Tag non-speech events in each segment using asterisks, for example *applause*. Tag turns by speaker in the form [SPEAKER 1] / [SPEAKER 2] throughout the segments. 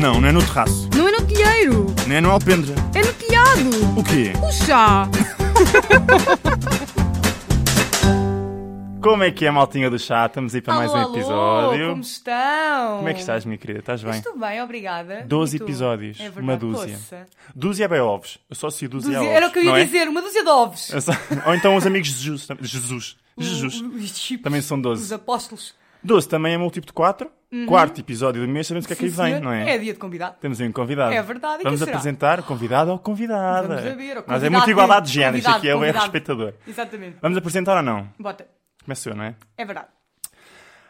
[SPEAKER 1] não é no terraço,
[SPEAKER 2] Não é no telheiro,
[SPEAKER 1] nem é no alpendre.
[SPEAKER 2] é no telhado.
[SPEAKER 1] O quê?
[SPEAKER 2] O chá.
[SPEAKER 1] Como é que é, maltinha do chá? Estamos aí para mais
[SPEAKER 2] Alô,
[SPEAKER 1] um
[SPEAKER 2] alô,
[SPEAKER 1] episódio.
[SPEAKER 2] como estão?
[SPEAKER 1] Como é que estás, minha querida? Estás bem?
[SPEAKER 2] Estou bem, obrigada.
[SPEAKER 1] Doze
[SPEAKER 2] E tu?
[SPEAKER 1] episódios,
[SPEAKER 2] É verdade,
[SPEAKER 1] uma dúzia.
[SPEAKER 2] poça.
[SPEAKER 1] Dúzia é bem ovos. Eu só se dúzia,
[SPEAKER 2] Dúzia-
[SPEAKER 1] ovos.
[SPEAKER 2] Era o que eu ia
[SPEAKER 1] não é?
[SPEAKER 2] dizer, uma dúzia de ovos.
[SPEAKER 1] Eu só- *laughs* Ou então os amigos de Jesus. tam- Jesus. Jesus.
[SPEAKER 2] O- o- os discípulos,
[SPEAKER 1] Também são
[SPEAKER 2] tipo, Os
[SPEAKER 1] 12.
[SPEAKER 2] apóstolos.
[SPEAKER 1] 12 também é múltiplo de 4. Quarto episódio do mês, sabemos o que é que aí
[SPEAKER 2] Uhum. Sim,
[SPEAKER 1] vem,
[SPEAKER 2] senhor.
[SPEAKER 1] não é?
[SPEAKER 2] É dia de convidado.
[SPEAKER 1] Temos aí um convidado.
[SPEAKER 2] É verdade, e quem
[SPEAKER 1] Vamos
[SPEAKER 2] será?
[SPEAKER 1] apresentar o convidado ou convidada.
[SPEAKER 2] Vamos a ver, o
[SPEAKER 1] Mas é
[SPEAKER 2] convidado
[SPEAKER 1] muita
[SPEAKER 2] que-
[SPEAKER 1] igualdade de género, isto
[SPEAKER 2] convidado,
[SPEAKER 1] aqui é o é
[SPEAKER 2] convidado.
[SPEAKER 1] respeitador.
[SPEAKER 2] Exatamente.
[SPEAKER 1] Vamos apresentar ou não?
[SPEAKER 2] Bota.
[SPEAKER 1] Começo eu, não é?
[SPEAKER 2] É verdade.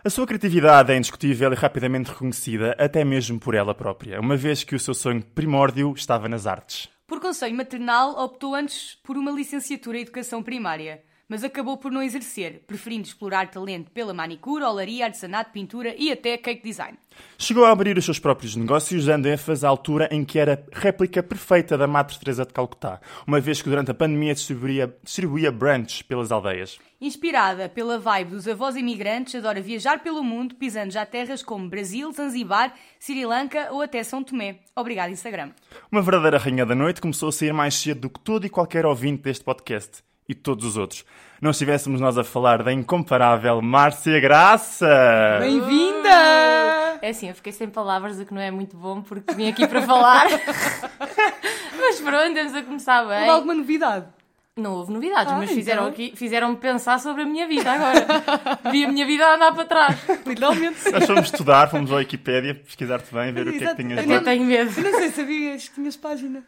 [SPEAKER 1] A sua criatividade é indiscutível e rapidamente reconhecida, até mesmo por ela própria, uma vez que o seu sonho primórdio estava nas artes.
[SPEAKER 2] Por conselho maternal, optou antes por uma licenciatura em educação primária, mas acabou por não exercer, preferindo explorar talento pela manicura, olaria, artesanato, pintura e até cake design.
[SPEAKER 1] Chegou a abrir os seus próprios negócios, dando ênfase à altura em que era réplica perfeita da Madre Teresa de Calcutá, uma vez que durante a pandemia distribuía, distribuía brunches pelas aldeias.
[SPEAKER 2] Inspirada pela vibe dos avós imigrantes, adora viajar pelo mundo, pisando já terras como Brasil, Zanzibar, Sri Lanka ou até São Tomé. Obrigada, Instagram.
[SPEAKER 1] Uma verdadeira rainha da noite começou a sair mais cedo do que todo e qualquer ouvinte deste podcast e de todos os outros. Não estivéssemos nós a falar da incomparável Márcia Graça!
[SPEAKER 2] Bem-vinda!
[SPEAKER 3] É assim, eu fiquei sem palavras, o que não é muito bom, porque vim aqui para
[SPEAKER 2] *laughs*
[SPEAKER 3] falar. Mas pronto, estamos a começar
[SPEAKER 2] Houve
[SPEAKER 3] bem.
[SPEAKER 2] alguma novidade?
[SPEAKER 3] Não houve novidades,
[SPEAKER 2] Ah,
[SPEAKER 3] mas fizeram
[SPEAKER 2] então.
[SPEAKER 3] aqui, fizeram-me pensar sobre a minha vida agora. Vi a minha vida a andar para trás.
[SPEAKER 2] Literalmente.
[SPEAKER 1] Nós fomos estudar, fomos à Wikipédia pesquisar-te bem, ver o que é que
[SPEAKER 2] Exato.
[SPEAKER 1] tinhas
[SPEAKER 3] Até
[SPEAKER 1] lá.
[SPEAKER 3] tenho medo.
[SPEAKER 2] Eu não sei, sabias que tinhas página.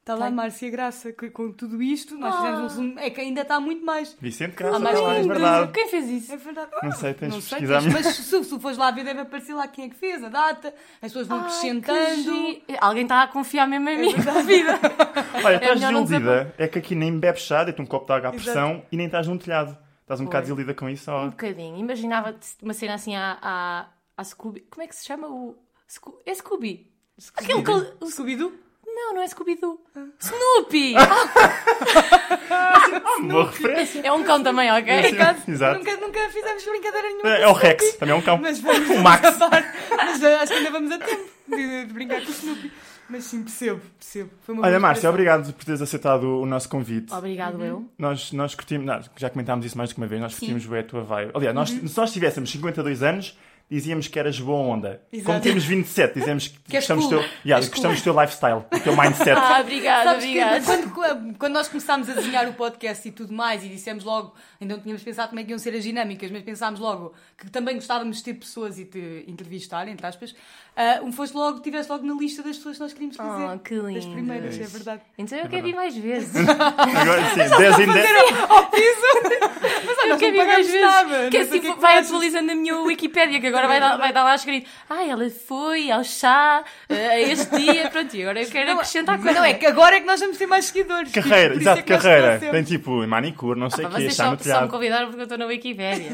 [SPEAKER 2] Está lá
[SPEAKER 3] Tenho.
[SPEAKER 2] Márcia Graça, que com tudo isto nós
[SPEAKER 3] Ah.
[SPEAKER 2] fizemos um resumo. É que ainda está muito mais.
[SPEAKER 1] Vicente Graça,
[SPEAKER 2] Ah, mas
[SPEAKER 1] está lá, é
[SPEAKER 2] quem-
[SPEAKER 1] verdade.
[SPEAKER 3] Quem fez isso?
[SPEAKER 2] É verdade.
[SPEAKER 1] Não
[SPEAKER 2] Ah,
[SPEAKER 1] sei, tens
[SPEAKER 2] não
[SPEAKER 1] de
[SPEAKER 2] sei,
[SPEAKER 1] pesquisar
[SPEAKER 2] tens- Mas se, se fores lá ver, deve aparecer lá quem é que fez, a data, as pessoas vão
[SPEAKER 3] Ai, que
[SPEAKER 2] acrescentando.
[SPEAKER 3] gi- Alguém está a confiar mesmo
[SPEAKER 2] É
[SPEAKER 3] em mim na vida. *laughs*
[SPEAKER 1] Olha, estás
[SPEAKER 3] melhor não
[SPEAKER 1] desiludida. É que aqui nem bebes chá, deita um copo de água à pressão e nem estás num telhado. Estás um bocado
[SPEAKER 3] Pois.
[SPEAKER 1] desiludida com isso,
[SPEAKER 2] Ah,
[SPEAKER 1] ó.
[SPEAKER 3] Um bocadinho. Imaginava uma cena assim à, à, à Scooby. Como é que se chama o. Sco... É Scooby. Aquele que.
[SPEAKER 2] O Scooby-Doo?
[SPEAKER 3] Não, não é Scooby-Doo.
[SPEAKER 2] Ah.
[SPEAKER 3] Snoopy!
[SPEAKER 2] *laughs*
[SPEAKER 1] Boa referência.
[SPEAKER 3] É um cão também, ok?
[SPEAKER 2] Caso-
[SPEAKER 1] Exato.
[SPEAKER 2] Nunca, nunca fizemos brincadeira nenhuma.
[SPEAKER 1] É
[SPEAKER 2] com
[SPEAKER 1] é o
[SPEAKER 2] Snoopy.
[SPEAKER 1] Rex, também é um cão.
[SPEAKER 2] Mas vamos
[SPEAKER 1] O
[SPEAKER 2] *laughs*
[SPEAKER 1] Max.
[SPEAKER 2] acabar. Mas ah, acho que ainda vamos a tempo de, de brincar com o Snoopy. Mas sim, percebo, percebo. Foi uma
[SPEAKER 1] Olha,
[SPEAKER 2] boa
[SPEAKER 1] Márcia,
[SPEAKER 2] expressão.
[SPEAKER 1] obrigado por teres aceitado o nosso convite.
[SPEAKER 3] Obrigado, eu.
[SPEAKER 1] Nós, nós curtimos, nós já comentámos isso mais do que uma vez, nós curtimos bem a tua vibe. Aliás, nós,
[SPEAKER 2] Uhum.
[SPEAKER 1] se nós tivéssemos 52 anos, dizíamos que eras boa onda.
[SPEAKER 2] Exato.
[SPEAKER 1] Como temos 27, dizemos que,
[SPEAKER 2] *laughs* Que és
[SPEAKER 1] gostamos, do
[SPEAKER 2] cool.
[SPEAKER 1] teu, yeah,
[SPEAKER 2] És
[SPEAKER 1] gostamos do teu lifestyle, do teu
[SPEAKER 2] *laughs*
[SPEAKER 1] mindset.
[SPEAKER 3] Ah, obrigado,
[SPEAKER 2] Sabes que
[SPEAKER 3] obrigado.
[SPEAKER 2] quando, quando nós começámos a desenhar o podcast e tudo mais, e dissemos logo, ainda não tínhamos pensado como é que iam ser as dinâmicas, mas pensámos logo que também gostávamos de ter pessoas e te entrevistar, entre aspas, ah, um foste logo, tiveste logo na lista das pessoas que nós queríamos fazer.
[SPEAKER 3] Oh, que lindo.
[SPEAKER 2] Das primeiras, é,
[SPEAKER 1] Isso.
[SPEAKER 2] verdade.
[SPEAKER 3] Então eu quero ir mais
[SPEAKER 2] *laughs*
[SPEAKER 3] vezes.
[SPEAKER 1] Agora sim, 10 em 10.
[SPEAKER 2] Ao piso! Mas olha,
[SPEAKER 3] Eu
[SPEAKER 2] nós não
[SPEAKER 3] quero ir mais
[SPEAKER 2] pagamos
[SPEAKER 3] vezes.
[SPEAKER 2] nada.
[SPEAKER 3] que
[SPEAKER 2] não sei
[SPEAKER 3] assim
[SPEAKER 2] o que é que
[SPEAKER 3] vai
[SPEAKER 2] tu achas.
[SPEAKER 3] atualizando a minha Wikipédia, que agora vai, dar- vai dar lá escrito. Ah, ela foi ao chá eh, a este dia. Pronto, e agora eu quero acrescentar coisa.
[SPEAKER 2] Não, é que agora é que nós vamos ter mais seguidores.
[SPEAKER 1] Carreira,
[SPEAKER 2] Por isso
[SPEAKER 1] exato,
[SPEAKER 2] é que nós
[SPEAKER 1] carreira.
[SPEAKER 2] trouxemos.
[SPEAKER 1] Tem tipo manicure, não sei
[SPEAKER 2] Ah,
[SPEAKER 1] o
[SPEAKER 3] Pá,
[SPEAKER 1] que,
[SPEAKER 3] vocês
[SPEAKER 1] está no
[SPEAKER 3] só, só me
[SPEAKER 1] telhado.
[SPEAKER 3] convidaram porque eu estou
[SPEAKER 2] *laughs*
[SPEAKER 3] na Wikipédia.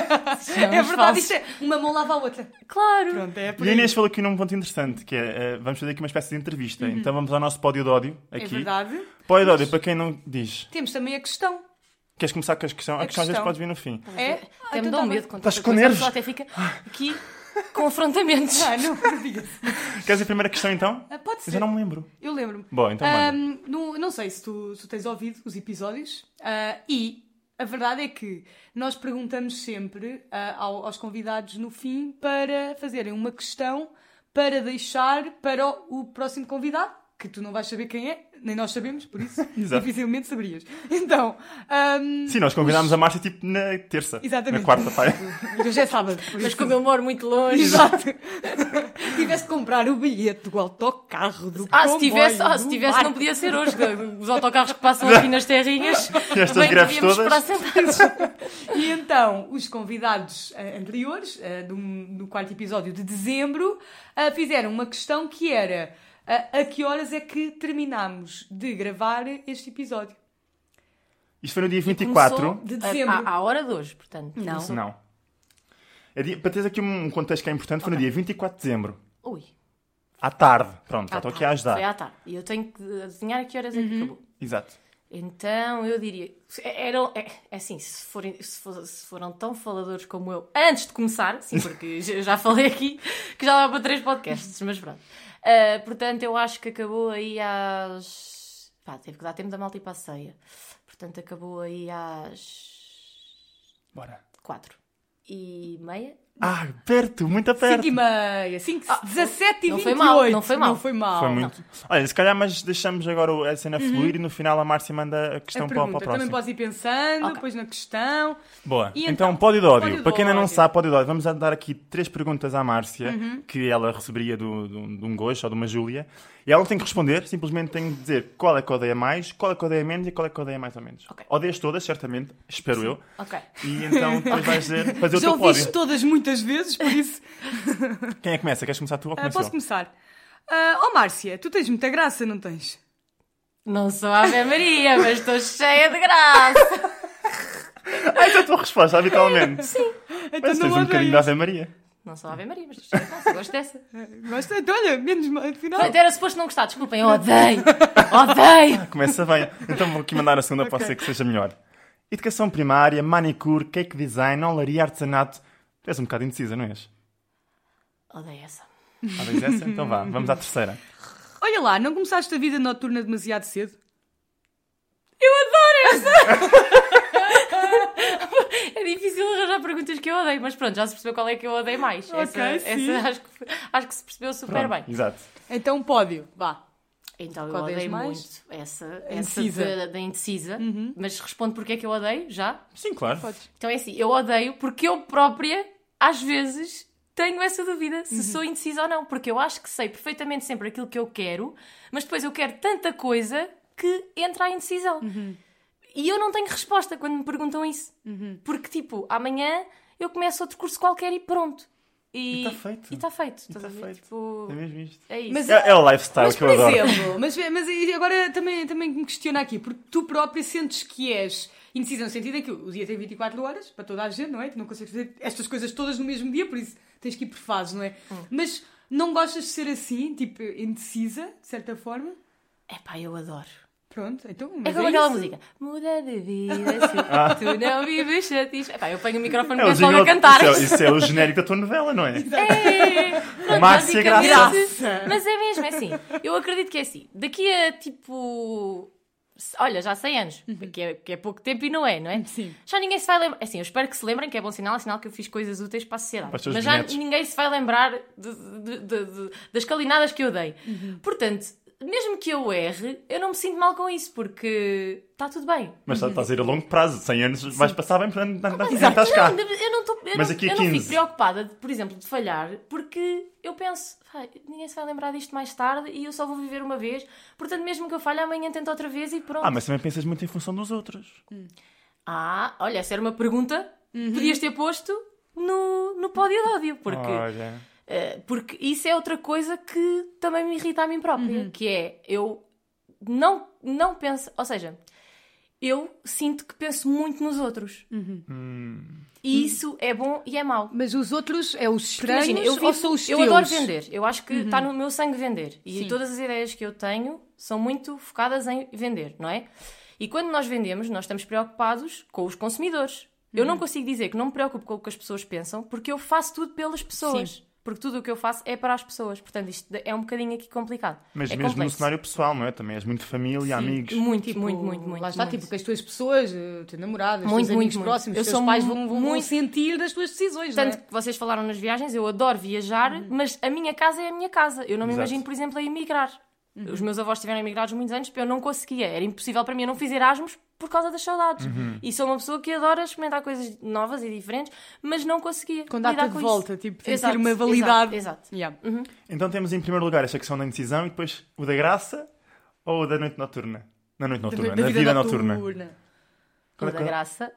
[SPEAKER 2] É verdade, isto é uma mão lava a outra.
[SPEAKER 3] Claro.
[SPEAKER 2] Pronto, é por
[SPEAKER 1] E a
[SPEAKER 2] aí.
[SPEAKER 1] Inês falou aqui num ponto interessante, que é, eh, vamos fazer aqui uma espécie de entrevista. Então vamos ao nosso pódio de ódio
[SPEAKER 2] Uhum. É
[SPEAKER 1] aqui.
[SPEAKER 2] verdade.
[SPEAKER 1] pódio de ódio, para quem não diz.
[SPEAKER 2] Temos também a questão.
[SPEAKER 1] Queres começar com a questão? A, questão às vezes
[SPEAKER 2] questão.
[SPEAKER 1] pode vir no fim.
[SPEAKER 2] É?
[SPEAKER 3] Até me
[SPEAKER 2] então
[SPEAKER 3] dá
[SPEAKER 2] tá
[SPEAKER 3] medo
[SPEAKER 2] bem.
[SPEAKER 3] quando
[SPEAKER 1] Estás
[SPEAKER 3] tanta
[SPEAKER 1] com
[SPEAKER 3] coisa,
[SPEAKER 1] nervos?
[SPEAKER 3] A pessoa até fica aqui com afrontamentos.
[SPEAKER 2] Ah, não, *laughs* não digas.
[SPEAKER 1] Queres a primeira questão então?
[SPEAKER 2] Ah, Pode
[SPEAKER 1] Eu
[SPEAKER 2] ser.
[SPEAKER 1] já não me lembro.
[SPEAKER 2] Eu lembro-me.
[SPEAKER 1] Bom, então manda.
[SPEAKER 2] Ahm, não, não sei se tu, se tu tens ouvido os episódios ah, e a verdade é que nós perguntamos sempre ah, ao- aos convidados no fim para fazerem uma questão para deixar para o, o próximo convidado, que tu não vais saber quem é, nem nós sabemos, por isso
[SPEAKER 1] Exato.
[SPEAKER 2] dificilmente saberias. Então, ahm,
[SPEAKER 1] Sim, nós convidámos a Márcia tipo na terça.
[SPEAKER 2] Exatamente.
[SPEAKER 1] Na
[SPEAKER 2] *laughs*
[SPEAKER 1] quarta-feira.
[SPEAKER 2] hoje é sábado. por
[SPEAKER 3] Mas
[SPEAKER 2] isso-
[SPEAKER 3] como eu moro muito longe.
[SPEAKER 2] Exato. *laughs* tivesse de comprar o bilhete do autocarro do
[SPEAKER 3] Ah, se
[SPEAKER 2] comboio,
[SPEAKER 3] tivesse, ah, se
[SPEAKER 2] do
[SPEAKER 3] tivesse
[SPEAKER 2] barco.
[SPEAKER 3] não podia ser hoje. Os autocarros que passam aqui nas terrinhas.
[SPEAKER 1] estas
[SPEAKER 3] bem,
[SPEAKER 1] greves
[SPEAKER 3] devíamos
[SPEAKER 1] todas.
[SPEAKER 3] esperar sentados.
[SPEAKER 2] E então, os convidados eh, anteriores, eh, do, no quarto episódio de dezembro, eh, fizeram uma questão que era eh, a que horas é que terminámos de gravar este episódio?
[SPEAKER 1] Isto foi no dia 24.
[SPEAKER 3] Começou
[SPEAKER 2] de dezembro.
[SPEAKER 3] À, à hora de hoje, portanto.
[SPEAKER 2] Não.
[SPEAKER 3] Começou-
[SPEAKER 1] Não. É dia- para teres aqui um contexto que é importante, foi no dia 24 de dezembro.
[SPEAKER 3] Ui.
[SPEAKER 1] À tarde. Pronto, já
[SPEAKER 3] à
[SPEAKER 1] estou aqui
[SPEAKER 3] tarde.
[SPEAKER 1] a
[SPEAKER 3] Foi
[SPEAKER 1] ajudar.
[SPEAKER 3] à tarde. E eu tenho que adivinhar a que horas é que acabou.
[SPEAKER 1] Exato.
[SPEAKER 3] Então, eu diria. é- Eram, é, é assim, se, forem, se, for- se foram tão faladores como eu antes de começar, sim, porque já já falei aqui que já dava para três podcasts, mas pronto. Ah, Ah, portanto, eu acho que acabou aí às. Pá, teve que dar tempo da malta ir para a ceia. Portanto, acabou aí às.
[SPEAKER 1] Bora.
[SPEAKER 3] 4 e meia.
[SPEAKER 1] Ah, perto, muito perto.
[SPEAKER 2] 5 e meia, 5,
[SPEAKER 3] Ah,
[SPEAKER 2] 17 e
[SPEAKER 3] não
[SPEAKER 2] 28.
[SPEAKER 3] foi mal, não foi mal.
[SPEAKER 2] Não foi mal.
[SPEAKER 1] Foi muito. Olha, se calhar, mas deixamos agora o- a cena fluir e no final a Márcia manda a
[SPEAKER 2] A
[SPEAKER 1] questão para, para o
[SPEAKER 2] pergunta, também
[SPEAKER 1] próximo.
[SPEAKER 2] podes ir pensando,
[SPEAKER 3] Ok.
[SPEAKER 2] depois na questão.
[SPEAKER 1] Boa.
[SPEAKER 2] E
[SPEAKER 1] então,
[SPEAKER 2] então,
[SPEAKER 1] pódio de ódio.
[SPEAKER 2] pódio de
[SPEAKER 1] Para quem ainda não
[SPEAKER 2] ódio. Uhum.
[SPEAKER 1] sabe, pódio de ódio. Vamos dar aqui três perguntas à Márcia que ela receberia do- do- de um gosto ou de uma Júlia. E ela tem que responder, simplesmente tem que dizer qual é que odeia mais, qual é que odeia menos e qual é que odeia mais ou menos.
[SPEAKER 3] Ok.
[SPEAKER 1] Odeias todas, certamente, espero eu.
[SPEAKER 3] Ok.
[SPEAKER 1] E
[SPEAKER 2] *laughs*
[SPEAKER 1] então depois vais dizer, fazer o
[SPEAKER 2] Já
[SPEAKER 1] teu pódio.
[SPEAKER 2] ouviste todas muitas vezes,
[SPEAKER 3] *laughs*
[SPEAKER 2] por isso
[SPEAKER 1] Quem é que começa? Queres começar tu ou
[SPEAKER 2] ah,
[SPEAKER 1] começo
[SPEAKER 2] posso
[SPEAKER 1] eu?
[SPEAKER 2] começar. Ah, oh, Márcia, tu tens muita graça, não tens?
[SPEAKER 3] Não sou a Ave Maria, mas estou cheia de graça.
[SPEAKER 1] Ah, essa é a tua resposta, habitualmente. Sim.
[SPEAKER 2] Então
[SPEAKER 1] Mas
[SPEAKER 2] não
[SPEAKER 1] tens um bocadinho da
[SPEAKER 2] odeias.
[SPEAKER 1] Ave Maria.
[SPEAKER 3] Não sou a Ave Maria, mas estou cheia de graça. Gosto dessa.
[SPEAKER 2] Gosta? Então, olha, menos mal, afinal.
[SPEAKER 3] Pronto, era suposto não gostar. Desculpem, eu odeio. Odeio.
[SPEAKER 1] Começa bem. Então vou aqui mandar a segunda, pode ser que seja melhor. Educação primária, manicure, cake design, olaria, artesanato. Tu és um bocado indecisa, não és?
[SPEAKER 3] Odeio essa.
[SPEAKER 1] Talvez essa? Então vá, vamos à
[SPEAKER 3] *laughs*
[SPEAKER 1] terceira.
[SPEAKER 2] Olha lá, não começaste a vida noturna demasiado cedo?
[SPEAKER 3] É difícil arranjar perguntas que eu odeio, mas pronto, já se percebeu qual é que eu odeio mais.
[SPEAKER 2] Ok,
[SPEAKER 3] essa,
[SPEAKER 2] sim.
[SPEAKER 3] essa acho, que, acho que se percebeu super
[SPEAKER 1] Pronto,
[SPEAKER 3] bem.
[SPEAKER 1] Exato.
[SPEAKER 2] Então, pódio, vá.
[SPEAKER 3] Então eu
[SPEAKER 2] Qual odeias
[SPEAKER 3] odeio
[SPEAKER 2] mais?
[SPEAKER 3] muito essa, essa
[SPEAKER 2] Indecisa.
[SPEAKER 3] de- da indecisa, mas respondo porque é que eu odeio já.
[SPEAKER 1] Sim, claro.
[SPEAKER 2] Podes.
[SPEAKER 3] Então é assim, eu odeio porque eu própria, às vezes, tenho essa dúvida
[SPEAKER 1] Uhum.
[SPEAKER 3] se sou indecisa ou não, porque eu acho que sei perfeitamente sempre aquilo que eu quero, mas depois eu quero tanta coisa que entra a indecisão.
[SPEAKER 1] Uhum.
[SPEAKER 3] E eu não tenho resposta quando me perguntam isso.
[SPEAKER 1] Uhum.
[SPEAKER 3] Porque, tipo, amanhã eu começo outro curso qualquer e pronto.
[SPEAKER 1] E tá feito.
[SPEAKER 3] E está feito. estás
[SPEAKER 1] tá
[SPEAKER 3] a ver?
[SPEAKER 1] feito.
[SPEAKER 3] Tipo,
[SPEAKER 1] É mesmo isto.
[SPEAKER 3] é isso.
[SPEAKER 2] Mas-
[SPEAKER 1] É, é o lifestyle
[SPEAKER 2] Mas,
[SPEAKER 1] que
[SPEAKER 2] por
[SPEAKER 1] eu adoro. *laughs*
[SPEAKER 2] exemplo, mas, mas e agora também, também me questiona aqui, porque tu própria sentes que és indecisa, no sentido em que o dia tem 24 horas, para toda a gente, não é? Tu não consegues fazer estas coisas todas no mesmo dia, por isso tens que ir por fases, não é? Mas não gostas de ser assim, tipo, indecisa, de certa forma?
[SPEAKER 3] Epá, eu adoro.
[SPEAKER 2] Pronto, então.
[SPEAKER 3] É
[SPEAKER 2] mas
[SPEAKER 3] como aquela
[SPEAKER 2] isso.
[SPEAKER 3] música. Muda de vida
[SPEAKER 1] *laughs*
[SPEAKER 3] se tu não vives chatis. Epá, eu ponho o microfone
[SPEAKER 1] É o
[SPEAKER 3] e começo logo
[SPEAKER 1] jingle-
[SPEAKER 3] a cantar.
[SPEAKER 1] Isso é, isso é o genérico da tua novela, não é?
[SPEAKER 3] É.
[SPEAKER 1] *laughs*
[SPEAKER 3] Pronto,
[SPEAKER 1] Márcia
[SPEAKER 3] basicamente-
[SPEAKER 2] Graça.
[SPEAKER 3] Mas é mesmo, é assim. Eu acredito que é assim. Daqui a tipo. se- Olha, já há 100 anos,
[SPEAKER 1] Uhum.
[SPEAKER 3] que é, que é pouco tempo e não é, não é?
[SPEAKER 2] Sim.
[SPEAKER 3] Já ninguém se vai lembrar. Assim, eu espero que se lembrem, que é bom sinal, é sinal que eu fiz coisas úteis para a sociedade.
[SPEAKER 1] Para os seus
[SPEAKER 3] Mas já
[SPEAKER 1] netos.
[SPEAKER 3] ninguém se vai lembrar de- de- de- de- das calinadas que eu dei.
[SPEAKER 1] Uhum.
[SPEAKER 3] Portanto, mesmo que eu erre, eu não me sinto mal com isso, porque está tudo bem.
[SPEAKER 1] Mas está- estás a ir a longo prazo, 100 anos vais passar bem, portanto, não- não- não
[SPEAKER 3] é Exato.
[SPEAKER 1] estás cá.
[SPEAKER 3] Não, Então, eu não, tô-
[SPEAKER 1] Tá
[SPEAKER 3] eu
[SPEAKER 1] Mas
[SPEAKER 3] não-
[SPEAKER 1] aqui a
[SPEAKER 3] eu não
[SPEAKER 1] 15.
[SPEAKER 3] fico preocupada, de, por exemplo, de falhar, porque eu penso, "Pá, ninguém se vai lembrar disto mais tarde e eu só vou viver uma vez. Portanto, mesmo que eu falhe, amanhã tento outra vez e pronto.
[SPEAKER 1] Ah, mas também pensas muito em função dos outros.
[SPEAKER 3] Ah, olha, essa era uma pergunta que podias ter posto no, no pódio de ódio, porque,
[SPEAKER 1] Olha.
[SPEAKER 3] eh, porque isso é outra coisa que também me irrita a mim própria, que é eu não, não penso, ou seja, eu sinto que penso muito nos outros.
[SPEAKER 1] Hum.
[SPEAKER 3] E isso é bom e é mau.
[SPEAKER 2] Mas os outros é os
[SPEAKER 3] Porque
[SPEAKER 2] estranhos
[SPEAKER 3] Imagina, eu,
[SPEAKER 2] ou
[SPEAKER 3] vivo-
[SPEAKER 2] são os
[SPEAKER 3] eu
[SPEAKER 2] teus? Uhum.
[SPEAKER 3] adoro vender. Eu acho que está no meu sangue vender. E
[SPEAKER 2] Sim.
[SPEAKER 3] todas as ideias que eu tenho são muito focadas em vender, não é? E quando nós vendemos, nós estamos preocupados com os consumidores. Eu
[SPEAKER 2] Uhum.
[SPEAKER 3] não consigo dizer que não me preocupo com o que as pessoas pensam, porque eu faço tudo pelas pessoas. Porque tudo o que eu faço é para as pessoas. Portanto, isto é um bocadinho aqui complicado.
[SPEAKER 1] Mas
[SPEAKER 3] É
[SPEAKER 1] mesmo no
[SPEAKER 3] complexo.
[SPEAKER 1] cenário pessoal, não é? Também és muito família, amigos.
[SPEAKER 3] Muito,
[SPEAKER 2] Tipo,
[SPEAKER 3] muito, muito, muito.
[SPEAKER 2] Lá está,
[SPEAKER 3] muito.
[SPEAKER 2] tipo, que as tuas pessoas, eh, o teu namorado, os
[SPEAKER 3] Muito,
[SPEAKER 2] teus amigos
[SPEAKER 3] muito, muito.
[SPEAKER 2] próximos,
[SPEAKER 3] Eu
[SPEAKER 2] os teus
[SPEAKER 3] sou
[SPEAKER 2] pais vão, vão
[SPEAKER 3] muito-
[SPEAKER 2] sentir das tuas decisões, não é? Uhum.
[SPEAKER 3] Tanto que vocês falaram nas viagens, eu adoro viajar, mas a minha casa é a minha casa. Eu não me
[SPEAKER 1] Exato.
[SPEAKER 3] imagino, por exemplo, a emigrar.
[SPEAKER 2] Uhum.
[SPEAKER 3] Os meus avós estiveram emigrados muitos anos, eu não conseguia. Era impossível para mim, eu não fiz Erasmus por causa das saudades.
[SPEAKER 2] Uhum.
[SPEAKER 3] E sou uma pessoa que adora experimentar coisas novas e diferentes, mas não conseguia.
[SPEAKER 2] Com data
[SPEAKER 3] lidar
[SPEAKER 2] de
[SPEAKER 3] com
[SPEAKER 2] volta,
[SPEAKER 3] isso.
[SPEAKER 2] tipo, tem que
[SPEAKER 3] Exato,
[SPEAKER 2] ter uma
[SPEAKER 3] exato,
[SPEAKER 2] validade.
[SPEAKER 3] Exato.
[SPEAKER 2] Yeah.
[SPEAKER 1] Então temos em primeiro lugar esta questão da indecisão e depois o da graça ou o da noite noturna? Na noite
[SPEAKER 2] Tipo,
[SPEAKER 1] noturna, da, vida, noturna.
[SPEAKER 3] Ou da
[SPEAKER 1] Qual- é
[SPEAKER 3] graça,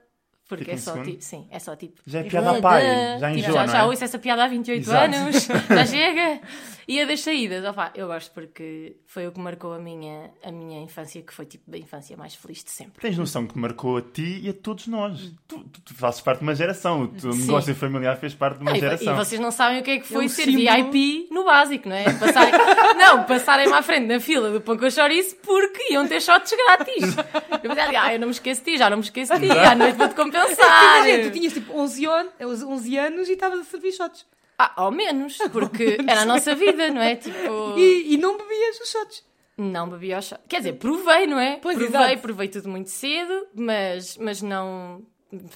[SPEAKER 3] porque
[SPEAKER 1] Fica
[SPEAKER 3] é
[SPEAKER 1] em
[SPEAKER 3] só,
[SPEAKER 1] segundo.
[SPEAKER 3] tipo, sim, é só tipo.
[SPEAKER 1] Já é
[SPEAKER 3] tipo,
[SPEAKER 1] piada à
[SPEAKER 3] ah,
[SPEAKER 1] pai,
[SPEAKER 3] da-
[SPEAKER 1] já
[SPEAKER 3] tipo,
[SPEAKER 1] enjoa,
[SPEAKER 3] já,
[SPEAKER 1] não
[SPEAKER 3] já
[SPEAKER 1] é?
[SPEAKER 3] ouço essa piada há 28
[SPEAKER 1] Exato. *laughs*
[SPEAKER 3] anos, já chega. E a das saídas, opá, eu gosto porque foi o que marcou a minha, a minha infância, que foi tipo da infância mais feliz de sempre.
[SPEAKER 1] Tens noção que marcou a ti e a todos nós. Tu, tu, tu fazes parte de uma geração. O teu
[SPEAKER 3] Sim.
[SPEAKER 1] negócio familiar fez parte de uma
[SPEAKER 3] Ah, e, vo-
[SPEAKER 1] geração.
[SPEAKER 3] e vocês não sabem o que é que foi
[SPEAKER 2] um
[SPEAKER 3] ser
[SPEAKER 2] símbolo.
[SPEAKER 3] VIP no básico, não é? Passar- *laughs* não, passarem-me à frente na fila do pão com chouriço porque iam ter shots grátis. Eu pensei, ah, eu não me esqueço de ti, já não me esqueço de ti, à noite vou-te compensar.
[SPEAKER 2] Imagina, tu tinhas tipo 11, on- 11 anos e estavas a servir shots.
[SPEAKER 3] Ah, ao menos, porque era a nossa vida, não é? Tipo,
[SPEAKER 2] E, e não bebias os shots.
[SPEAKER 3] não bebi ao chá. Quer dizer, provei, não é?
[SPEAKER 2] Pois,
[SPEAKER 3] provei,
[SPEAKER 2] exato.
[SPEAKER 3] provei tudo muito cedo, mas, mas não,